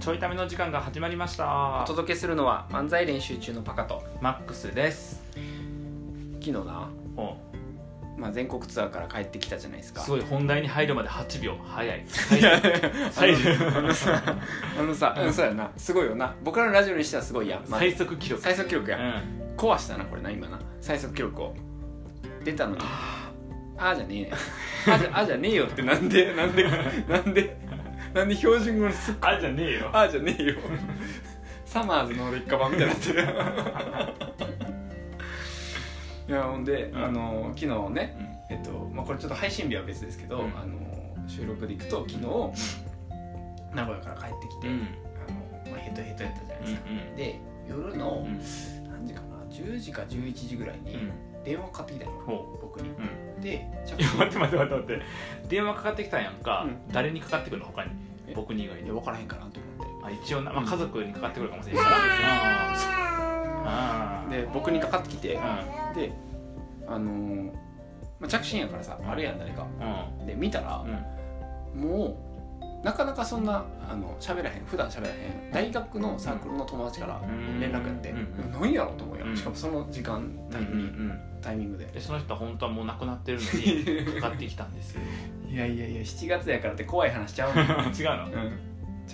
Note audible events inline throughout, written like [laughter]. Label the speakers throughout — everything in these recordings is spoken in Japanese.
Speaker 1: ちょいための時間が始まりまし
Speaker 2: お
Speaker 1: た
Speaker 2: 届けするのは漫才練習中のパカと
Speaker 1: マックスです
Speaker 2: 昨日な、
Speaker 1: お
Speaker 2: まあ、全国ツアーから帰ってきたじゃないですか
Speaker 1: すごい本題に入るまで8秒早い
Speaker 2: いや
Speaker 1: 最速
Speaker 2: あのさあのさ、うん、そうやなすごいよな僕らのラジオにしてはすごいやん、まあ
Speaker 1: 最速記録
Speaker 2: 最速記録や、
Speaker 1: うん
Speaker 2: 壊したなこれな今な最速記録を出たのにあーじゃねえねあじゃあじゃねえよってなん [laughs] でなんでなんでなんで標準語にすっ
Speaker 1: あじゃねえよ
Speaker 2: あーじゃねえよサマーズの劣化版みたいになってる [laughs] いやほんで、
Speaker 1: うん
Speaker 2: あの昨日ね
Speaker 1: うん
Speaker 2: えっとまあ、これちょっと配信日は別ですけど、
Speaker 1: うん
Speaker 2: あの収録でいくと昨日名古屋から帰ってきて、
Speaker 1: うん
Speaker 2: あのまあ、ヘトヘトやったじゃない
Speaker 1: う
Speaker 2: で
Speaker 1: ん
Speaker 2: すか、で夜の
Speaker 1: うん
Speaker 2: 何時かな10時か11時ぐらいに
Speaker 1: うん
Speaker 2: 電話かかってきたの、
Speaker 1: ほ
Speaker 2: 僕に
Speaker 1: ううん [laughs]
Speaker 2: でちょっ
Speaker 1: いや待って待って待って待って電話かかってきたんやんか、
Speaker 2: うん
Speaker 1: 誰にかかってくるの他に
Speaker 2: え
Speaker 1: 僕に以外
Speaker 2: い
Speaker 1: で
Speaker 2: や分からへんかなと思って
Speaker 1: あ一応な、まあ、
Speaker 2: うん
Speaker 1: 家族にかかってくるかもしれないあー
Speaker 2: で僕にかかってきて、
Speaker 1: あ
Speaker 2: であのーまあ、着信やからさあれやん誰か
Speaker 1: ーうん
Speaker 2: で見たら
Speaker 1: うんう、ん
Speaker 2: もうなかなかそんなあの喋らへん普段喋らへん大学のサークルの友達から
Speaker 1: うん
Speaker 2: 連絡やって、
Speaker 1: うんうん
Speaker 2: 何やろうと思うよ、
Speaker 1: うん
Speaker 2: しかもその時間
Speaker 1: う
Speaker 2: タイ
Speaker 1: ん
Speaker 2: ミン
Speaker 1: う
Speaker 2: グ,、
Speaker 1: ん
Speaker 2: タイミングで
Speaker 1: でその人は本当はもう亡くなってる [laughs] のにかかってきたんですよ
Speaker 2: いやいやいや7月やからって怖い話ちゃう
Speaker 1: 違
Speaker 2: [laughs] の、
Speaker 1: うの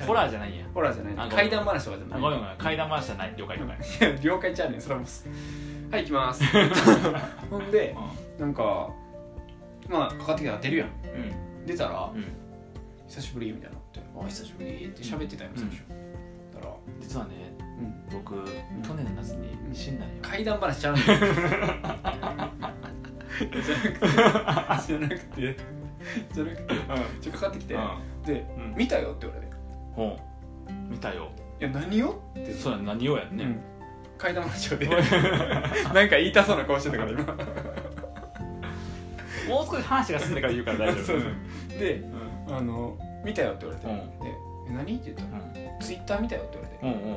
Speaker 1: ホ
Speaker 2: ホラー
Speaker 1: ラーじゃないんや
Speaker 2: ホラーじゃない
Speaker 1: あ
Speaker 2: の
Speaker 1: ごめん
Speaker 2: 怪談話とかじゃな
Speaker 1: あ
Speaker 2: い
Speaker 1: ごめんごめん階段回しじゃない了解了解
Speaker 2: いや [laughs] 了解ちゃうねんそれはもうはい行きます
Speaker 1: [laughs]
Speaker 2: ほんでなんかまあかかってきたら出るやん
Speaker 1: うんうん
Speaker 2: 出たら
Speaker 1: うん
Speaker 2: 「久しぶり」みたいになって「あ久しぶり」って喋ってたよ
Speaker 1: うん
Speaker 2: 最初、だから
Speaker 1: 実はね
Speaker 2: うん
Speaker 1: 僕去年の夏に死んだん
Speaker 2: [laughs]
Speaker 1: よ
Speaker 2: 怪談話ちゃうねんじゃなくてじゃなくてじゃなくて
Speaker 1: うん
Speaker 2: ちょかかってきて、で
Speaker 1: うん
Speaker 2: 「見たよ」って言われて
Speaker 1: ほう見たよ
Speaker 2: 「いや何を?」って
Speaker 1: そうや何をやん
Speaker 2: う
Speaker 1: ね
Speaker 2: ん怪談話をで [laughs] なんか言いたそうな顔してたから今
Speaker 1: もう少し話が進んでから言うから大丈夫
Speaker 2: そうそうで
Speaker 1: うん
Speaker 2: あの「見たよ」って言われて「
Speaker 1: うん
Speaker 2: でえ何?」って言ったら「ツイッター見たよ」って言われて
Speaker 1: うん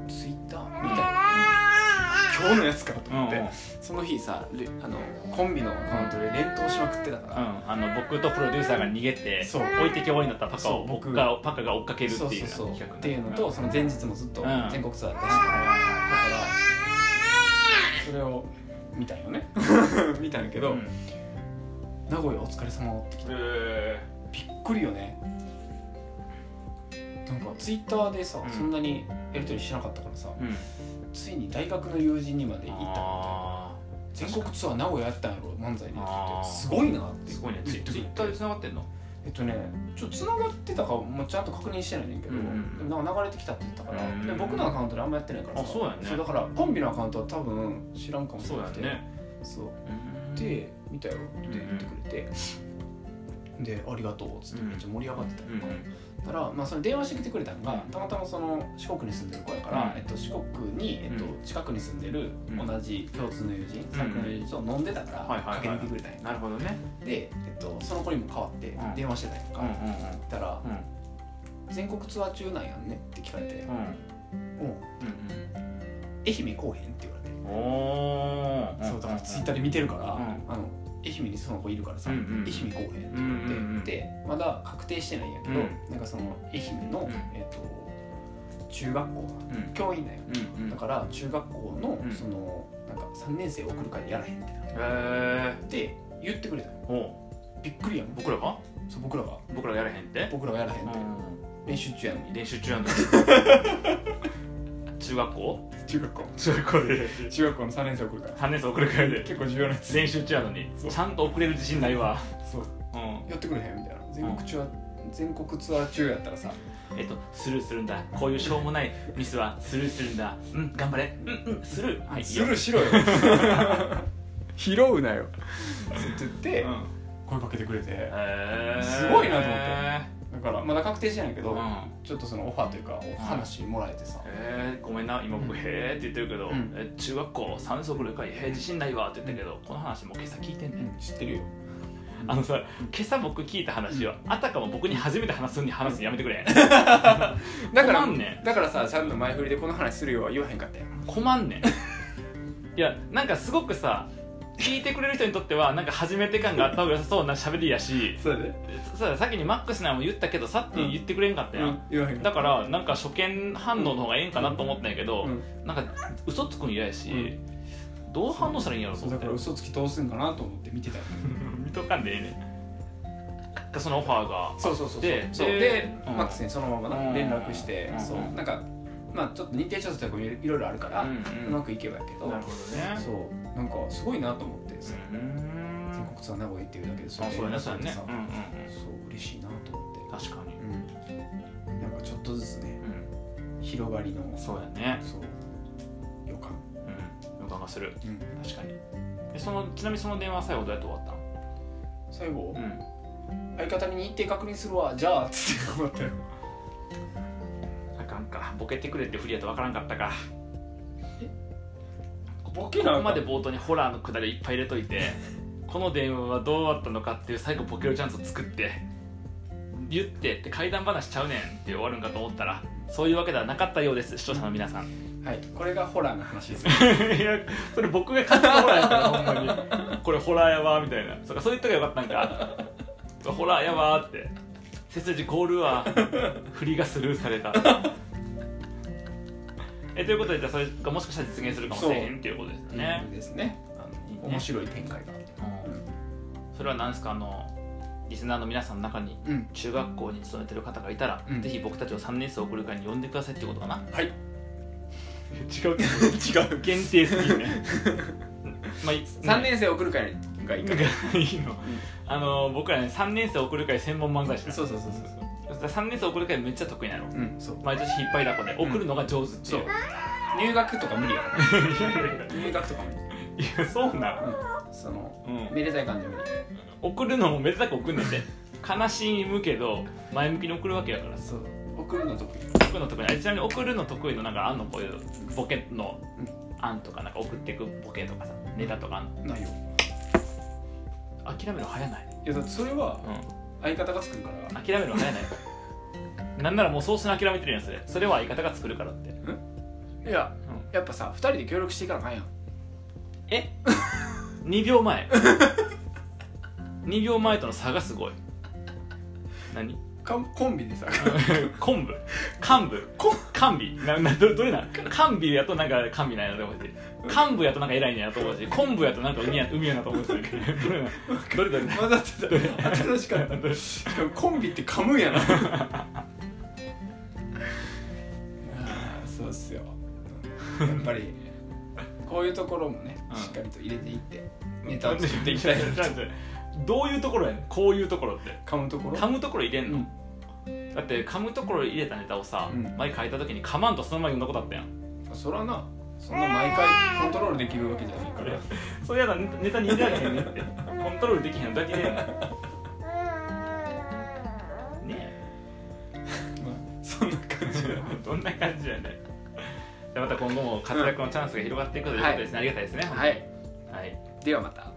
Speaker 1: うん
Speaker 2: 「ツイッター見たよ」今日のやつかと
Speaker 1: うんうん
Speaker 2: 思って、その日さレあのコンビのアカウントで連投しまくってたか
Speaker 1: う
Speaker 2: ら、
Speaker 1: んあの僕とプロデューサーが逃げて
Speaker 2: そう
Speaker 1: 置いてけぼりになったパカ
Speaker 2: そ
Speaker 1: を
Speaker 2: う
Speaker 1: 僕
Speaker 2: 僕
Speaker 1: がパカが追っかけるって
Speaker 2: そう
Speaker 1: い
Speaker 2: そう
Speaker 1: う
Speaker 2: そう
Speaker 1: 企画
Speaker 2: っていうのと、その前日もずっと
Speaker 1: うん
Speaker 2: 全国ツアーだし、だ
Speaker 1: は
Speaker 2: からそれを見たんよね [laughs] 見たんやけ
Speaker 1: い
Speaker 2: ど、名古屋お疲れ様って来て
Speaker 1: え
Speaker 2: びっくりよねなんかツイッターでさ、
Speaker 1: うん
Speaker 2: そんなにやり取りしなかったからさ
Speaker 1: うん
Speaker 2: ついに大学の友人にまで行った
Speaker 1: あ
Speaker 2: 全国ツアー名古屋やったんやろ漫才でって言
Speaker 1: あ
Speaker 2: っ
Speaker 1: ー
Speaker 2: てすごいなって
Speaker 1: ーすごいねツイ
Speaker 2: 言ってく
Speaker 1: ツ
Speaker 2: れ
Speaker 1: イ
Speaker 2: て
Speaker 1: ッターで繋がってんの
Speaker 2: えっとねちょっとつながってたかもちゃんと確認してないねんけど、
Speaker 1: うんうん
Speaker 2: でもなんか流れてきたって言ったから、
Speaker 1: うん
Speaker 2: で僕のアカウントであんまやってないからさ
Speaker 1: あそうやね
Speaker 2: だからコンビのアカウントは多分知らんかもしれなくてそうで見たよって言ってくれて、でありがとうっつってめっちゃ盛り上がってたり
Speaker 1: うん
Speaker 2: とか、だから、まあ、その電話してきてくれたのがたまたまその四国に住んでる子やから、
Speaker 1: うん
Speaker 2: えっと、四国に、えっと
Speaker 1: う、
Speaker 2: 近くに住んでる
Speaker 1: うん
Speaker 2: 同じ共通の友人、サークルの友人と飲んでたから
Speaker 1: はいはいはい
Speaker 2: かけに来てくれたんや、
Speaker 1: なるほどね
Speaker 2: で、えっと、その子にも代わって
Speaker 1: うん
Speaker 2: 電話してたんやんか、
Speaker 1: うんうん
Speaker 2: たら
Speaker 1: うん
Speaker 2: 全国ツアー中なんやんねって聞かれて
Speaker 1: うん
Speaker 2: 「うん
Speaker 1: う
Speaker 2: 愛媛来おへん?」って言われて、
Speaker 1: んうんおー
Speaker 2: そうだからツイッターで見てるから、
Speaker 1: うん
Speaker 2: あの愛媛にその子いるからさ「
Speaker 1: うんうん
Speaker 2: 愛媛来おへん?」って
Speaker 1: うんうんう
Speaker 2: 言
Speaker 1: ん
Speaker 2: って、でまだ確定してないんやけど、
Speaker 1: うん
Speaker 2: なんかその愛媛の、
Speaker 1: うん
Speaker 2: えっと中学校の
Speaker 1: うん
Speaker 2: 教員だよ
Speaker 1: うんうん
Speaker 2: だから中学校の
Speaker 1: うん
Speaker 2: そのなんか3年生送る会やらへんってなっ
Speaker 1: へ
Speaker 2: て言ってくれたの
Speaker 1: えお
Speaker 2: びっくりやん
Speaker 1: 僕らが
Speaker 2: そう僕らが
Speaker 1: 僕らやれへんって
Speaker 2: 僕らがやらへんっ
Speaker 1: う
Speaker 2: て練習中やのに
Speaker 1: ん練習中やのに
Speaker 2: [laughs]
Speaker 1: 中学校
Speaker 2: 中学校
Speaker 1: 中学校で
Speaker 2: 中学校の3年生送る会
Speaker 1: 3年生遅れくらいで
Speaker 2: [laughs] 結構重要なやつ
Speaker 1: 練習中やのに
Speaker 2: そう
Speaker 1: ちゃんと遅れる自信ないわ
Speaker 2: そう
Speaker 1: うん
Speaker 2: やってくれへんみたいな全国ツアー全国ツアー中やったらさ
Speaker 1: えっとスルーするんだこういうしょうもないミスはスルーするんだうん頑張れうんうんスルーはいいい
Speaker 2: ス
Speaker 1: よ
Speaker 2: ルーしろよ [laughs] 拾うなよって言って
Speaker 1: うん
Speaker 2: 声かけてくれて
Speaker 1: へー
Speaker 2: すごいなと思ってだからまだ確定してないけど
Speaker 1: うん
Speaker 2: ちょっとそのオファーというかお話もらえてさ
Speaker 1: えー、ごめんな今僕「
Speaker 2: うん
Speaker 1: へーって言ってるけど、
Speaker 2: うん
Speaker 1: え中学校3足ぐらい「へー自信ないわ」って言ったけど、この話もう今朝聞いてんねん、
Speaker 2: うん知ってるよ
Speaker 1: あのさ今朝僕聞いた話はあたかも僕に初めて話すのに話すのやめてく
Speaker 2: [laughs]
Speaker 1: れ
Speaker 2: だから、
Speaker 1: 困んね
Speaker 2: だからさちゃんと前振りでこの話するよは言わへんかったよ
Speaker 1: ん困んねんいやなんかすごくさ聞いてくれる人にとってはなんか初めて感があった方が良さそうな喋りやし
Speaker 2: そうだね
Speaker 1: そうださっきにマックスなんも言ったけどさって言ってくれんかったやん、
Speaker 2: 言わへん
Speaker 1: だからなんか初見反応の方がええんかなと思ったんやけど、
Speaker 2: うん
Speaker 1: なんか嘘つくん嫌やし、どう反応したらいいんやろうと
Speaker 2: そう
Speaker 1: 思
Speaker 2: だ
Speaker 1: って
Speaker 2: から嘘つき通すんかなと思って見てたよ
Speaker 1: 見とかんでええねんそのオファーが
Speaker 2: そうそうそうそう
Speaker 1: で
Speaker 2: そう
Speaker 1: で
Speaker 2: で、
Speaker 1: うん
Speaker 2: マックスにそのまま
Speaker 1: う
Speaker 2: なん連絡して、
Speaker 1: うん
Speaker 2: そうなんかまあちょっと認定調査とかもいろいろいろあるから、う
Speaker 1: うんうん
Speaker 2: まくいけばやけど
Speaker 1: なるほどね
Speaker 2: そうなんかすごいなと思ってさ、
Speaker 1: うーん
Speaker 2: 全国ツアー名古屋行ってるだけで
Speaker 1: あそうやね
Speaker 2: そ
Speaker 1: そう
Speaker 2: れ
Speaker 1: や
Speaker 2: で
Speaker 1: ね
Speaker 2: さ
Speaker 1: うんうんうん
Speaker 2: そう嬉しいなと思って
Speaker 1: 確かに、
Speaker 2: うんなんかちょっとずつね
Speaker 1: う
Speaker 2: 広がりの
Speaker 1: ん、
Speaker 2: そ
Speaker 1: そうやね
Speaker 2: う予感
Speaker 1: うん予感がする
Speaker 2: うん
Speaker 1: 確かにでそのちなみにその電話は最後どうやって終わっ
Speaker 2: 最後
Speaker 1: たん、
Speaker 2: 相方に日程確認するわじゃあつって困ったよ
Speaker 1: うん、あかんかボケてくれってフリやとわからんかったかこ
Speaker 2: ボ
Speaker 1: こまで冒頭にホラーのくだりをいっぱい入れといてこの電話はどうあったのかっていう最後ボケるチャンスを作って言ってって怪談話ちゃうねんって終わるんかと思ったらそういうわけではなかったようです視聴者の皆さんい
Speaker 2: はいこれがホラーの話ですね
Speaker 1: やそれ僕が勝手にホラーやからほんまにこれホラーやわみたいなそうかそう言ったらよかったんかホラーやわーって背筋凍るわ振りがスルーされたえということでじゃあそれがもしかしたら実現するかもしれへんっていうことです
Speaker 2: っていう
Speaker 1: ね
Speaker 2: ことですねあ
Speaker 1: いいね
Speaker 2: の面白い展開が
Speaker 1: それは何ですかあのリスナーの皆さんの中に
Speaker 2: うん
Speaker 1: 中学校に勤めてる方がいたら、
Speaker 2: うん
Speaker 1: ぜひ僕たちを3年生送る会に呼んでくださいってことかな
Speaker 2: はい [laughs]
Speaker 1: 違
Speaker 2: 違
Speaker 1: う
Speaker 2: う
Speaker 1: 限定すぎるね [laughs] まあ、い
Speaker 2: 3年生送る会がいいかな
Speaker 1: 生いいの、あの僕らね3年生送る会専門漫才師な
Speaker 2: そううそうそうそう
Speaker 1: 3年生送る会めっちゃ得意なの
Speaker 2: うんそう
Speaker 1: 毎年引っ張りだこで送るのが上手って
Speaker 2: そ
Speaker 1: いうう、
Speaker 2: 入学とか無理やろ入学とか無理
Speaker 1: いやそうな
Speaker 2: うんその
Speaker 1: の、うん、
Speaker 2: めでたい感じ無理
Speaker 1: 送るのもめでたく送んねんで悲しみ向けど前向きに送るわけやから
Speaker 2: そう送るの得意
Speaker 1: 送るの得意あちなみに送るの得意のなんかあんのこういうボケの
Speaker 2: うん
Speaker 1: 案とかなんか送っていくボケとかさネタとかあんの
Speaker 2: ないよ
Speaker 1: 諦めるの早ない、
Speaker 2: いやだってそれは
Speaker 1: う
Speaker 2: 相方が作るから
Speaker 1: ん、諦めるの早ない [laughs] なんならもうそうして諦めてるやんそれそれは相方が作るからって
Speaker 2: いや、
Speaker 1: う
Speaker 2: やっぱさ2人で協力していかなあかんやん
Speaker 1: え [laughs] 2秒 [laughs] 前2秒前との差がすごい何
Speaker 2: かコンビでさ [laughs]
Speaker 1: [laughs] 昆布幹部
Speaker 2: こ
Speaker 1: 幹備ななどどれなん幹備やとなんか幹備なんやなと思うし幹部やとなんか偉いんやなと思うし昆布やとなんか海や海やなと思
Speaker 2: [laughs]
Speaker 1: うしどれなんどれどれ
Speaker 2: 混ざってた新しかった
Speaker 1: どれ
Speaker 2: でもコンビって噛むん
Speaker 1: [laughs]
Speaker 2: やなあーそうっすよやっぱりこういうところもね、
Speaker 1: うん
Speaker 2: しっかりと入れていってネタを作ってい
Speaker 1: [laughs]
Speaker 2: きたいなと
Speaker 1: どういうところやねんこういうところって
Speaker 2: 噛むところ
Speaker 1: 噛むところ入れ
Speaker 2: うん
Speaker 1: の、
Speaker 2: ん
Speaker 1: だって噛むところ入れたネタをさ、
Speaker 2: うん
Speaker 1: 前書いた時に噛まんとその前に読んだことあったやん
Speaker 2: そらなそんな毎回コントロールできるわけじゃないから
Speaker 1: それやだネネタに入れられへんねんってコントロールできへんのだけでね
Speaker 2: まあそんな感じだ
Speaker 1: え [laughs] どんな感じやねんじゃあまた今後も活躍のチャンスが広がっていくということですね、ありがたいですね
Speaker 2: はい
Speaker 1: はい
Speaker 2: ではまた